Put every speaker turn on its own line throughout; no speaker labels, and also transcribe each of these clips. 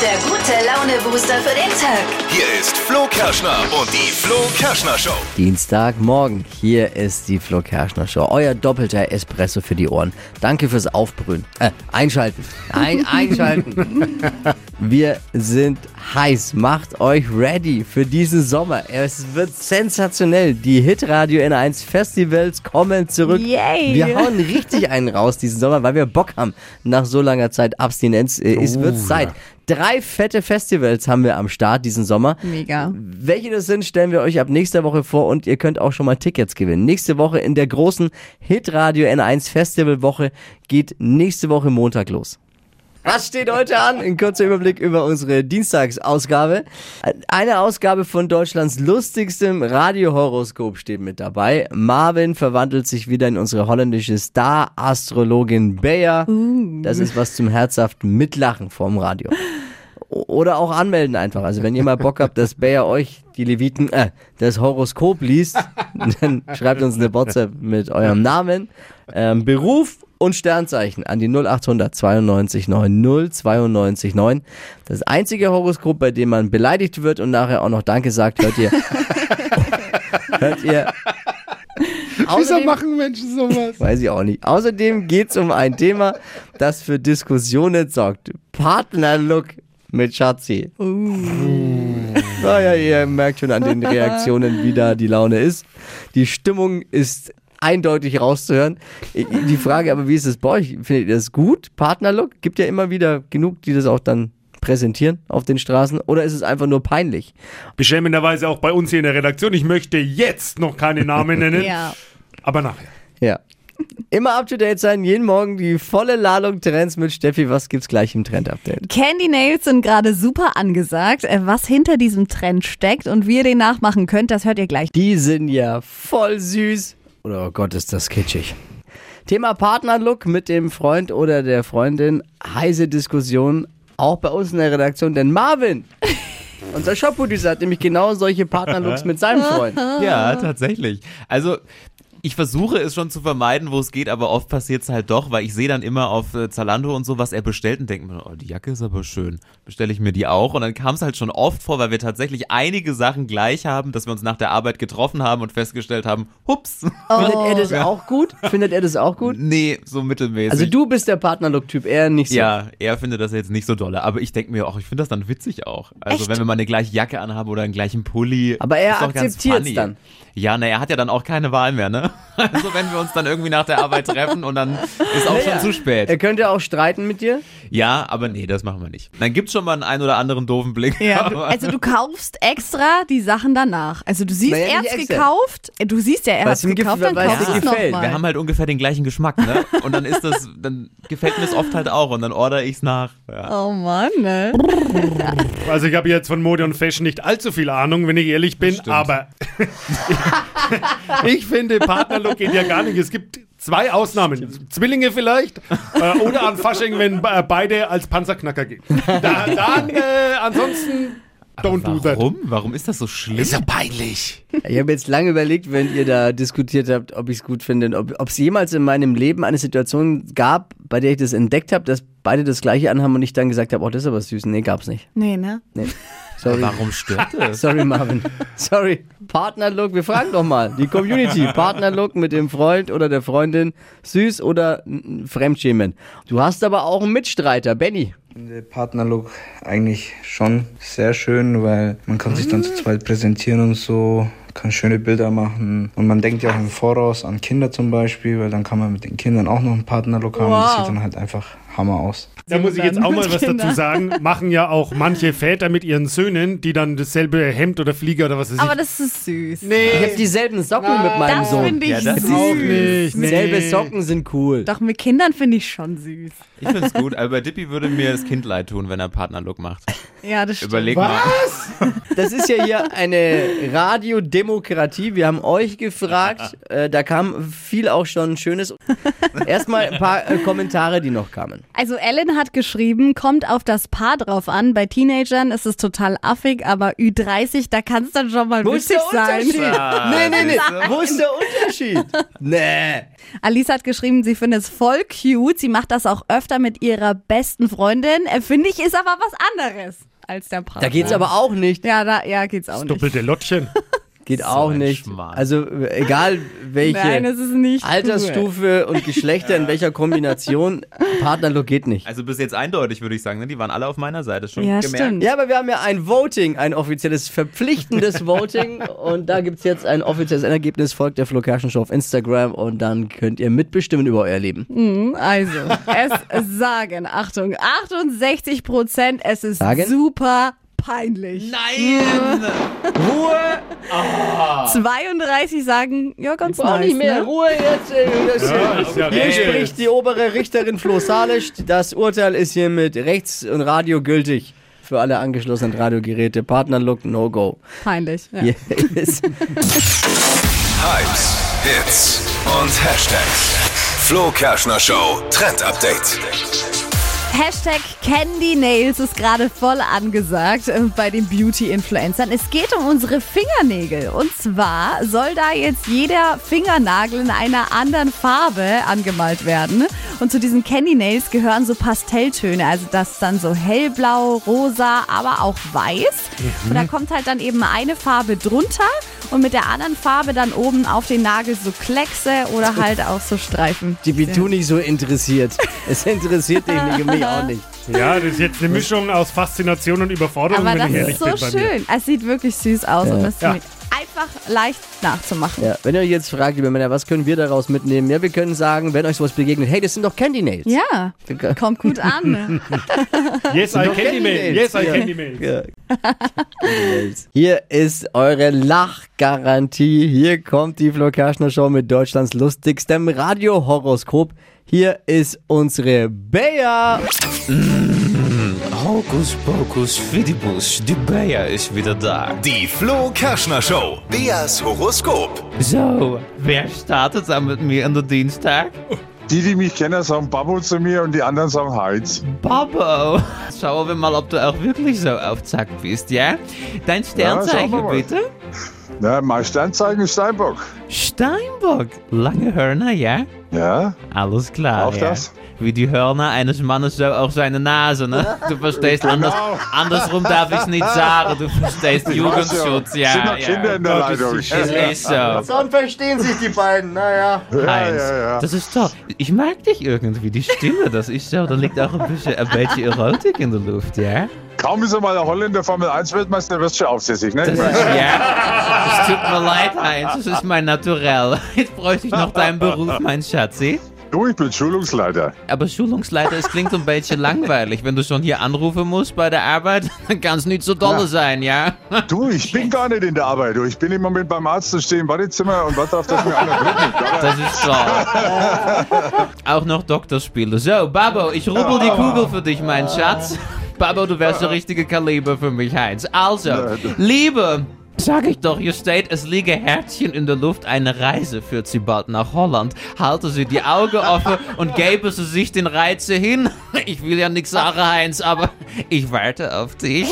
der gute Laune-Booster für den Tag.
Hier ist Flo Kerschner und die Flo Kerschner Show.
Dienstagmorgen. Hier ist die Flo Kerschner Show. Euer doppelter Espresso für die Ohren. Danke fürs Aufbrühen. Äh, einschalten. Ein, einschalten. Wir sind heiß. Macht euch ready für diesen Sommer. Es wird sensationell. Die Hitradio N1 Festivals kommen zurück.
Yay.
Wir hauen richtig einen raus diesen Sommer, weil wir Bock haben. Nach so langer Zeit Abstinenz äh, es wird Zeit. Drei fette Festivals haben wir am Start diesen Sommer.
Mega.
Welche das sind, stellen wir euch ab nächster Woche vor und ihr könnt auch schon mal Tickets gewinnen. Nächste Woche in der großen Hitradio N1 Festivalwoche geht nächste Woche Montag los. Was steht heute an? Ein kurzer Überblick über unsere Dienstagsausgabe. Eine Ausgabe von Deutschlands lustigstem Radiohoroskop steht mit dabei. Marvin verwandelt sich wieder in unsere holländische Star-Astrologin Bea. Das ist was zum herzhaften Mitlachen vorm Radio. O- Oder auch anmelden einfach. Also wenn ihr mal Bock habt, dass Bayer euch, die Leviten, äh, das Horoskop liest, dann schreibt uns eine WhatsApp mit eurem Namen, ähm, Beruf und Sternzeichen an die 0800 92 90 92 9. Das einzige Horoskop, bei dem man beleidigt wird und nachher auch noch Danke sagt, hört ihr. hört ihr.
Wieso
Außerdem-
machen Menschen sowas?
Weiß ich auch nicht. Außerdem geht's um ein Thema, das für Diskussionen sorgt. Partnerlook mit Schatzi. Naja, ihr merkt schon an den Reaktionen, wie da die Laune ist. Die Stimmung ist eindeutig rauszuhören. Die Frage aber, wie ist es bei euch? Findet ihr das gut? Partnerlook? Gibt ja immer wieder genug, die das auch dann präsentieren auf den Straßen. Oder ist es einfach nur peinlich?
Beschämenderweise auch bei uns hier in der Redaktion. Ich möchte jetzt noch keine Namen nennen,
Ja.
aber nachher.
Ja. Immer up to date sein, jeden Morgen die volle Ladung Trends mit Steffi. Was gibt's gleich im Trend-Update?
Candy Nails sind gerade super angesagt. Äh, Was hinter diesem Trend steckt und wie ihr den nachmachen könnt, das hört ihr gleich.
Die sind ja voll süß. Oder oh Gott, ist das kitschig. Thema Partnerlook mit dem Freund oder der Freundin. Heiße Diskussion, auch bei uns in der Redaktion. Denn Marvin, unser Shop-Producer, hat nämlich genau solche Partnerlooks mit seinem Freund.
Ja, tatsächlich. Also ich versuche es schon zu vermeiden, wo es geht, aber oft passiert es halt doch, weil ich sehe dann immer auf äh, Zalando und so, was er bestellt und denke mir, oh, die Jacke ist aber schön. Bestelle ich mir die auch? Und dann kam es halt schon oft vor, weil wir tatsächlich einige Sachen gleich haben, dass wir uns nach der Arbeit getroffen haben und festgestellt haben, hups,
Findet er das auch gut? Findet er das auch gut?
nee, so mittelmäßig.
Also du bist der Partnerlook-Typ, er nicht so.
Ja, er findet das jetzt nicht so dolle, aber ich denke mir auch, ich finde das dann witzig auch. Also
Echt?
wenn wir mal eine gleiche Jacke anhaben oder einen gleichen Pulli.
Aber er
ist doch ganz
akzeptiert's
funny.
dann.
Ja, na, er hat ja dann auch keine Wahl mehr, ne? Also wenn wir uns dann irgendwie nach der Arbeit treffen und dann ist auch schon zu
Er
spät.
könnte auch streiten mit dir.
Ja, aber nee, das machen wir nicht. Dann gibt's schon mal einen ein oder anderen doofen Blick.
Ja, du,
aber-
also du kaufst extra die Sachen danach. Also du siehst,
Naja,
er
nicht
hat's
extra.
gekauft. Äh, Du siehst ja, er
Weil
hat's
es ihm gef-
gekauft, dann
weil es
kaufst
dir
du es
gefällt.
wir
nochmal.
haben halt ungefähr den gleichen Geschmack, ne? Und dann ist das, dann gefällt mir es oft halt auch und dann order ich's nach. Ja.
Oh Mann, ne?
Also ich habe jetzt von Mode und Fashion nicht allzu viel Ahnung, wenn ich ehrlich bin, aber ich finde, Partnerlook geht ja gar nicht. Es gibt zwei Ausnahmen. Zwillinge vielleicht äh, oder an Fasching, wenn äh, beide als Panzerknacker gehen. Da, dann, äh, ansonsten, don't do that.
Warum? Warum ist das so schlimm?
Ist ja peinlich.
Ich habe jetzt lange überlegt, wenn ihr da diskutiert habt, ob ich es gut finde, und ob es jemals in meinem Leben eine Situation gab, bei der ich das entdeckt habe, dass beide das gleiche anhaben und ich dann gesagt habe, oh, das ist aber süß. Nee, gab's nicht.
Nee, ne?
Sorry.
Warum stört das?
Sorry, Marvin. Sorry. Partnerlook, wir fragen doch mal. Die Community. Partnerlook mit dem Freund oder der Freundin. Süß oder mm, Fremdschämen. Du hast aber auch einen Mitstreiter, Benny.
Der Partnerlook eigentlich schon sehr schön, weil man kann sich dann zu zweit präsentieren und so, kann schöne Bilder machen und man denkt ja auch im Voraus an Kinder zum Beispiel, weil dann kann man mit den Kindern auch noch einen Partnerlook haben. Das
Wow.
sieht dann halt einfach Hammer aus.
Da muss ich jetzt auch mal was
genau.
dazu sagen. Machen ja auch manche Väter mit ihren Söhnen, die dann dasselbe Hemd oder Flieger oder was weiß ich.
Aber das ist süß.
Ich habe dieselben Socken mit meinem
Das
Sohn.
finde ich
Ja, das
süß.
ist auch
nicht.
Selbe Socken sind cool.
Doch, mit Kindern finde ich schon süß.
Ich find's gut, aber bei Dippy würde mir das Kind leid tun, wenn er Partnerlook macht.
Ja, das stimmt.
Überleg mal.
Das ist ja hier eine Radiodemokratie. Wir haben euch gefragt. Äh, da kam viel auch schon Schönes. Erstmal ein paar äh, Kommentare, die noch kamen.
Also Ellen hat geschrieben, kommt auf das Paar drauf an. Bei Teenagern ist es total affig, aber Ü30, da kann es dann schon mal witzig sein.
Ah,
Nee, nee, nee. Wo ist der Unterschied? Nee.
Alice hat geschrieben, sie findet es voll cute. Sie macht das auch öfter mit ihrer besten Freundin. Äh, Finde ich, ist aber was anderes als der Partner.
Da geht's aber auch nicht.
Ja, da ja, geht's auch nicht.
Doppelte Lottchen.
Geht auch
ein
nicht.
Schmarrn.
Also äh, egal welche
Nein, es ist nicht cool.
Altersstufe und Geschlechter, in welcher Kombination, Partnerlook geht nicht.
Also bis jetzt eindeutig, würde ich sagen. Ne? Die waren alle auf meiner Seite schon
Ja,
gemerkt.
stimmt.
Ja, aber wir haben ja ein Voting, ein offizielles verpflichtendes Voting und da gibt's jetzt ein offizielles Ergebnis, folgt der Flo Kerschner Show auf Instagram und dann könnt ihr mitbestimmen über euer Leben.
Also, es sagen, Achtung, 68 Prozent, es ist
Sagen?
super peinlich.
Nein!
32 sagen, ja, ganz
Ah. Brauch
nice, ne?
Ruhe jetzt.
Ja, ist ja
Hier
recht.
spricht die obere Richterin Flo Salisch. Das Urteil ist hiermit rechts und radio gültig. Für alle angeschlossenen Radiogeräte. Partnerlook, no go.
Peinlich. Ja.
Hier ist
Hypes, Hits und Hashtags. Flo Kerschner Show Trend Update.
Hashtag Candy Nails ist gerade voll angesagt äh, bei den Beauty-Influencern. Es geht um unsere Fingernägel. Und zwar soll da jetzt jeder Fingernagel in einer anderen Farbe angemalt werden. Und zu diesen Candy Nails gehören so Pastelltöne. Also das ist dann so hellblau, rosa, aber auch weiß. Und da kommt halt dann eben eine Farbe drunter und mit der anderen Farbe dann oben auf den Nagel so Kleckse oder halt auch so Streifen.
die Bituni so interessiert. Es interessiert dich nicht und mich auch nicht.
Ja, das ist jetzt eine Mischung aus Faszination und Überforderung,
Aber
wenn
das
ich
ist
ehrlich
so
bin bei mir.
schön. Es sieht wirklich süß aus und es ist
Ja.
einfach leicht nachzumachen.
Ja, wenn ihr euch jetzt fragt, liebe Männer, was können wir daraus mitnehmen? Ja, wir können sagen, wenn euch sowas begegnet, hey, das sind doch Candy Nails.
Ja, kommt gut an.
Yes, I
Doch
candy mail.
Candymails.
Yes, I
Ja.
candy mail.
Ja. Hier ist eure Lachgarantie. Hier kommt die Flo Kerschner Show mit Deutschlands lustigstem Radiohoroskop. Hier ist unsere Bea.
Hokus pokus fidibus, die Bayer ist wieder da.
Die Flo Kerschner Show. Beas Horoskop.
So, wer startet da mit mir an der Dienstag?
Die, die mich kennen, sagen Babu zu mir und die anderen sagen Heiz.
Bobo. Schauen wir mal, ob du auch wirklich so auf Zack bist, ja? Dein Sternzeichen
schauen wir mal.
bitte?
Na, mein Sternzeichen ist Steinbock.
Steinbock. Lange Hörner, ja?
Ja,
Alles klar.
Auch
ja.
das?
Wie die Hörner eines Mannes, so auch seine Nase, ne? Du verstehst, anders, andersrum darf ich nicht sagen. Du verstehst
weiß
Jugendschutz,
ja.
ja.
Sind noch
ja.
Kinder in der
Gott, es-
Leitung.
Es ist so.
Dann verstehen sich die beiden, naja.
ja,
Heinz,
ja, ja.
das ist toll. Ich mag dich irgendwie, die Stimme, das ist so. Da liegt auch ein bisschen, ein bisschen Erotik in der Luft, ja?
Kaum ist er mal der Holländer Formel 1 Weltmeister, wirst du schon aufsässig, ne?
Das ist, ja, es tut mir leid, Heinz, das ist mein Naturell. Jetzt bräuchte ich noch deinen Beruf, mein Schatzi.
Du, ich bin Schulungsleiter.
Aber Schulungsleiter, es klingt ein bisschen langweilig. Wenn du schon hier anrufen musst bei der Arbeit, dann kann es nicht so dolle sein, ja?
Du, ich bin gar nicht in der Arbeit. Du, ich bin im Moment beim Arzt zu stehen, Wartezimmer und warte auf, dass mir einer drückt.
Das ist so. Auch noch Doktorspiele. So, Babo, ich rubbel die Kugel für dich, mein Schatz. Babo, du wärst der richtige Kaliber für mich, Heinz. Also, Liebe, sag ich doch, hier steht, es liege Herzchen in der Luft. Eine Reise führt sie bald nach Holland. Halte sie die Augen offen und gäbe sie sich den Reize hin. Ich will ja nichts sagen, Heinz, aber ich warte auf dich.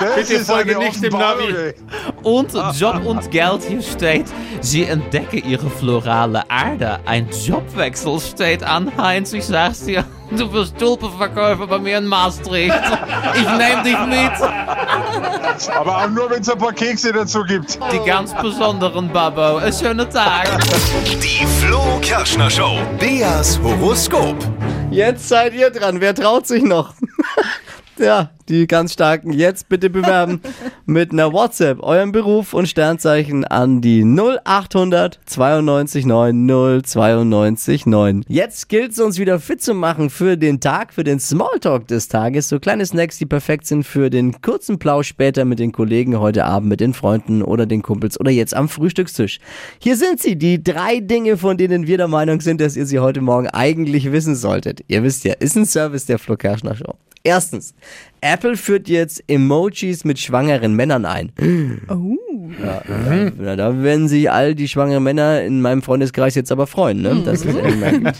Das
Bitte folge nicht dem
Offenbarung,
Navi.
ey.
Und Job und Geld hier steht. Sie entdecken ihre florale Aarde. Ein Jobwechsel steht an, Heinz. Ich sag's dir, du wirst Tulpenverkäufer bei mir in Maastricht. Ich nehm dich mit.
Aber auch nur, wenn es ein paar Kekse dazu gibt.
Die ganz besonderen Babbo. Einen schönen Tag.
Die Flo Kerschner Show. Beas Horoskop.
Jetzt seid ihr dran. Wer traut sich noch? ja, die ganz starken jetzt bitte bewerben mit einer WhatsApp euren Beruf und Sternzeichen an die 0800 92 9 092 9. Jetzt gilt es uns wieder fit zu machen für den Tag, für den Smalltalk des Tages. So kleine Snacks, die perfekt sind für den kurzen Plausch später mit den Kollegen, heute Abend mit den Freunden oder den Kumpels oder jetzt am Frühstückstisch. Hier sind sie, die drei Dinge, von denen wir der Meinung sind, dass ihr sie heute Morgen eigentlich wissen solltet. Ihr wisst ja, ist ein Service der Flo Kerschner Show. Erstens, Apple führt jetzt Emojis mit schwangeren Männern ein. Na, da werden sich all die schwangeren Männer in meinem Freundeskreis jetzt aber freuen. Ne? Das ist ja immerhin.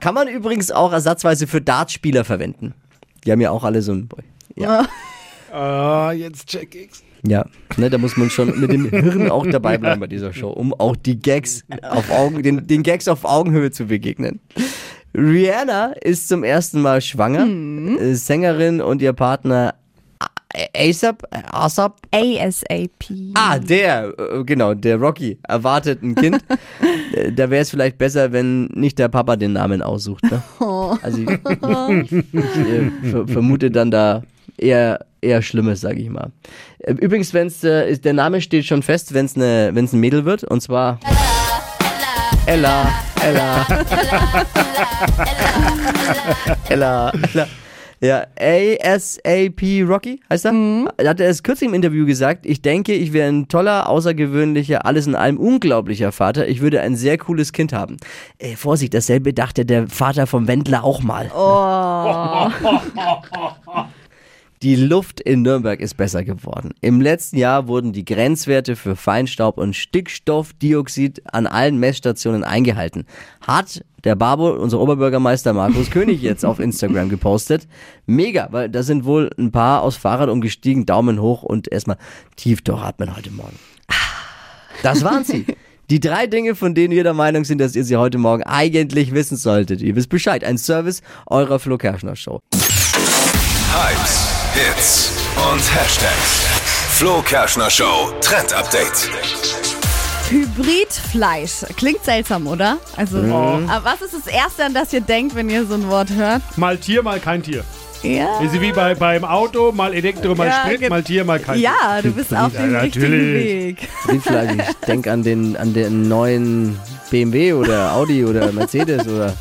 Kann man übrigens auch ersatzweise für Dartspieler verwenden. Die haben ja auch alle so ein... Ja,
Ah, jetzt check ich's.
ja. Ne, da muss man schon mit dem Hirn auch dabei bleiben bei dieser Show, um auch die Gags auf Augen, den, den Gags auf Augenhöhe zu begegnen. Rihanna ist zum ersten Mal schwanger, äh, Sängerin und ihr Partner ASAP, ASAP
ASAP.
Ah, der, äh, genau, der Rocky erwartet ein Kind. Äh, da wäre es vielleicht besser, wenn nicht der Papa den Namen aussucht. Ne? Also ich, ich äh, ver vermute dann da eher, eher Schlimmes, sage ich mal. Äh, Übrigens, wenn's, äh, ist, der Name steht schon fest, wenn es ne, wenn's ein Mädel wird, und zwar Ella, Ella, Ella, Ella. Ja, ASAP Rocky heißt er. Da hat er es kürzlich im Interview gesagt. Ich denke, ich wäre ein toller, außergewöhnlicher, alles in allem unglaublicher Vater. Ich würde ein sehr cooles Kind haben. Äh, Vorsicht, dasselbe dachte der Vater vom Wendler auch mal. Die Luft in Nürnberg ist besser geworden. Im letzten Jahr wurden die Grenzwerte für Feinstaub und Stickstoffdioxid an allen Messstationen eingehalten. Hat der Barbo, unser Oberbürgermeister Markus König, jetzt auf Instagram gepostet. Mega, weil da sind wohl ein paar aus Fahrrad umgestiegen. Daumen hoch und erstmal tief durchatmen heute Morgen. Das waren sie. Die drei Dinge, von denen wir der Meinung sind, dass ihr sie heute Morgen eigentlich wissen solltet. Ihr wisst Bescheid. Ein Service eurer Flo Kerschner Show.
Hypes, Hits und Hashtags. Flo Kerschner Show Trend Update.
Hybridfleisch. Klingt seltsam, oder? Also,
Mhm.
aber was ist das Erste, an das ihr denkt, wenn ihr so ein Wort hört?
Mal Tier, mal kein Tier.
Ja.
Ist wie bei, beim Auto, mal Elektro, mal
Ja,
Sprit,
ge-
mal Tier, mal kein Tier.
Ja, du bist auf dem
Ja,
richtigen
natürlich.
Weg.
Rindfleisch. Ich denke an den, an den neuen BMW oder Audi oder Mercedes oder.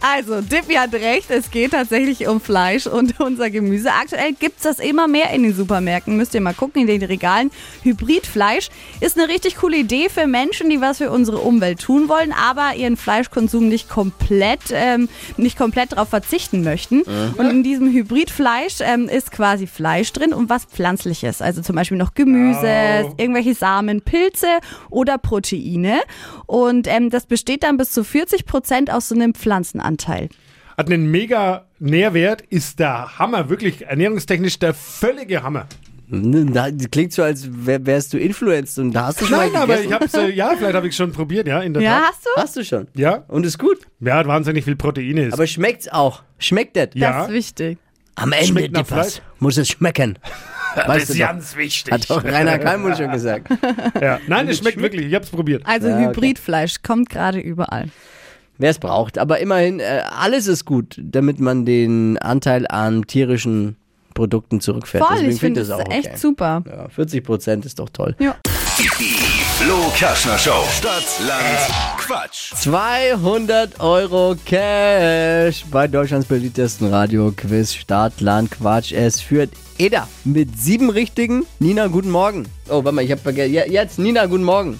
Also, Dippy hat recht, es geht tatsächlich um Fleisch und unser Gemüse. Aktuell gibt es das immer mehr in den Supermärkten, müsst ihr mal gucken, in den Regalen. Hybridfleisch ist eine richtig coole Idee für Menschen, die was für unsere Umwelt tun wollen, aber ihren Fleischkonsum nicht komplett, ähm, nicht komplett darauf verzichten möchten. Und in diesem Hybridfleisch ähm, ist quasi Fleisch drin und was Pflanzliches, also zum Beispiel noch Gemüse,
Au.
Äh, irgendwelche Samen, Pilze oder Proteine. Und ähm, das besteht dann bis zu 40 Prozent aus so einem Pflanzenanteil.
Hat einen mega Nährwert, ist der Hammer, wirklich ernährungstechnisch der völlige Hammer.
Na, das klingt so, als wär, wärst du Influenced und da hast du schon
Nein,
mal
aber
gegessen.
ich hab's, äh, ja, vielleicht habe ich schon probiert, ja, in der
Ja,
Tat.
hast du?
Hast du schon.
Ja,
Und ist gut.
ja, hat wahnsinnig viel Proteine. Ist.
Aber schmeckt's auch. Schmeckt das?
Das
ja,
ist wichtig.
Am Ende,
Schmeckt nach
Dippers,
Fleisch?
muss es schmecken. Weißt du doch,
wichtig.
hat doch Rainer Kalmund schon gesagt.
ja. Nein, es schmeckt wirklich, ich hab's probiert.
Also
okay.
Hybridfleisch kommt gerade überall.
Wer es braucht. Aber immerhin, äh, alles ist gut, damit man den Anteil an tierischen Produkten zurückfährt.
Voll,
Deswegen
ich finde das
auch okay.
echt super.
Ja, 40 Prozent ist doch toll.
Die Flo Kerschner Show. Stadt, Land, Quatsch.
200 Euro Cash bei Deutschlands beliebtesten Radioquiz Stadt, Land, Quatsch. Es führt Eda mit sieben richtigen. Nina, guten Morgen. Oh, warte mal, ich habe vergessen. Ja, jetzt, Nina, guten Morgen.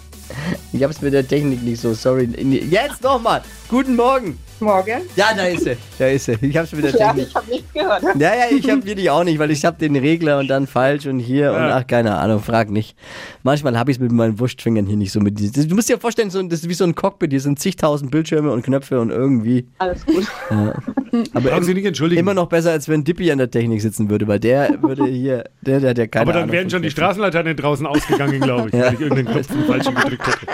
Ich hab's mit der Technik nicht so, sorry. Jetzt nochmal. Guten Morgen.
Morgen.
Ja, da ist sie. Da ist sie. Ich hab's mit der
Ja,
Technik.
ich habe nichts gehört.
Ja, ja, ich hab wirklich auch nicht, weil ich hab den Regler und dann falsch und hier und ach, keine Ahnung, frag nicht. Manchmal hab ich's mit meinen Wurstfingern hier nicht so mit. dieses- Du musst dir vorstellen, so, ein- das ist wie so ein Cockpit, hier sind zigtausend Bildschirme und Knöpfe und irgendwie.
Alles gut.
Aber
Haben Sie
im,
nicht entschuldigen.
immer noch besser, als wenn Dippy an der Technik sitzen würde, weil der würde hier, der, der hat ja keine
aber dann
Ahnung
wären
von
schon die
Technik.
Straßenlaternen draußen ausgegangen, glaube ich, weil ich irgendeinen Knopf im falschen gedrückt hätte.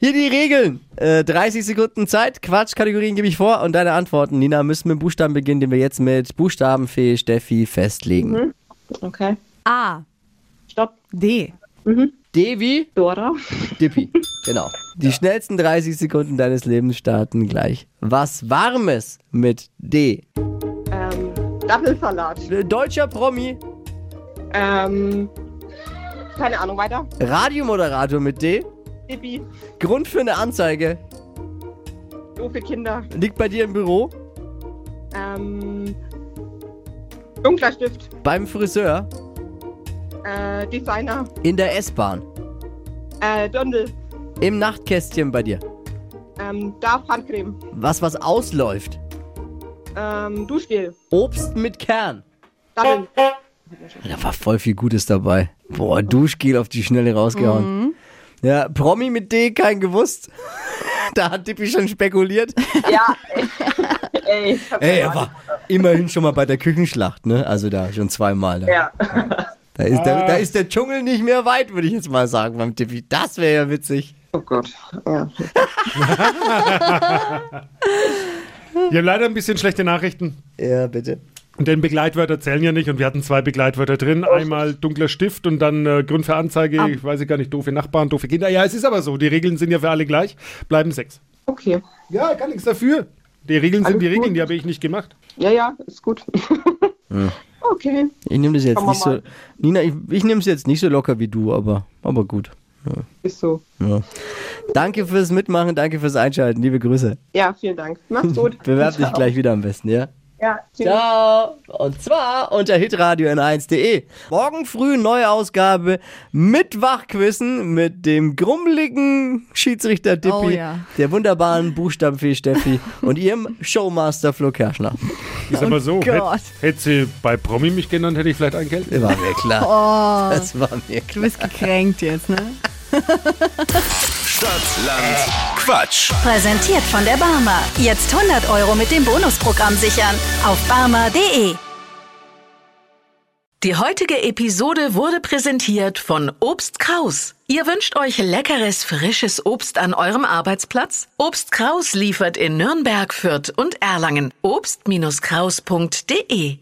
Hier die Regeln. Äh, 30 Sekunden Zeit, Quatschkategorien gebe ich vor und deine Antworten, Nina, müssen mit dem Buchstaben beginnen, den wir jetzt mit Buchstabenfee Steffi festlegen.
Okay.
A.
Stopp.
D.
D wie
Dora.
Dippi, genau. Die schnellsten 30 Sekunden deines Lebens starten gleich. Was Warmes mit D. Äh,
Ähm, Dattelsalat.
Deutscher Promi,
Ähm, keine Ahnung, weiter.
Radiomoderator mit D.
Bibi.
Grund für eine Anzeige.
Doofe Kinder.
Liegt bei dir im Büro,
Ähm, dunkler Stift.
beim Friseur,
Äh, Designer.
in der S-Bahn,
Äh, Dirndl.
im Nachtkästchen bei dir.
Ähm, Darf Handcreme.
Was was ausläuft.
Ähm, Duschgel.
Obst mit Kern.
Datteln.
Da war voll viel Gutes dabei. Boah, Duschgel auf die Schnelle rausgehauen. Ja, Promi mit D, kein gewusst. da hat Dippi schon spekuliert.
Ja, ey. ich hab
Ey,
keine
er
Ahnung.
war immerhin schon mal bei der Küchenschlacht, ne? Also da schon zweimal. Da,
Ja.
da, ist, der, da ist der Dschungel nicht mehr weit, würde ich jetzt mal sagen beim Dippi. Das wäre ja witzig.
Oh Gott. Ja.
Ich habe leider ein bisschen schlechte Nachrichten.
Ja, bitte.
Denn Begleitwörter zählen ja nicht und wir hatten zwei Begleitwörter drin. Einmal dunkler Stift und dann äh, Grund für Anzeige,
Ah.
ich weiß ich gar nicht, doofe Nachbarn, doofe Kinder. Ja, es ist aber so, die Regeln sind ja für alle gleich, bleiben sechs.
Okay.
Ja, gar nichts dafür. Die Regeln sind
Alles
die
gut.
Regeln, die habe ich nicht gemacht.
Ja, ja, ist gut. Okay.
Ich nehme das jetzt
Schauen wir
nicht so.
mal.
Nina, ich, ich nehme es jetzt nicht so locker wie du, aber, aber gut.
Ist so.
Danke fürs Mitmachen, danke fürs Einschalten. Liebe Grüße.
Ja, vielen Dank. Mach's gut.
Bewerb dich gleich wieder am besten, ja?
Ja, tschüss.
Ciao. Und zwar unter hitradio n1.de. Morgen früh neue Ausgabe mit Wachquissen mit dem grummeligen Schiedsrichter Dippi,
Oh ja.
der wunderbaren Buchstabenfee Steffi und ihrem Showmaster Flo Kerschner.
Ist
Oh
aber so.
Gott.
Hätte hätt sie bei Promi mich genannt, hätte ich vielleicht ein Geld.
Das war mir klar.
Oh.
Das war mir
Du
klar.
bist gekränkt jetzt, ne?
Stadtland Quatsch.
Präsentiert von der Barmer. Jetzt 100 Euro mit dem Bonusprogramm sichern. Auf barmer.de.
Die heutige Episode wurde präsentiert von Obst Kraus. Ihr wünscht euch leckeres, frisches Obst an eurem Arbeitsplatz? Obst Kraus liefert in Nürnberg, Fürth und Erlangen. Obst-Kraus.de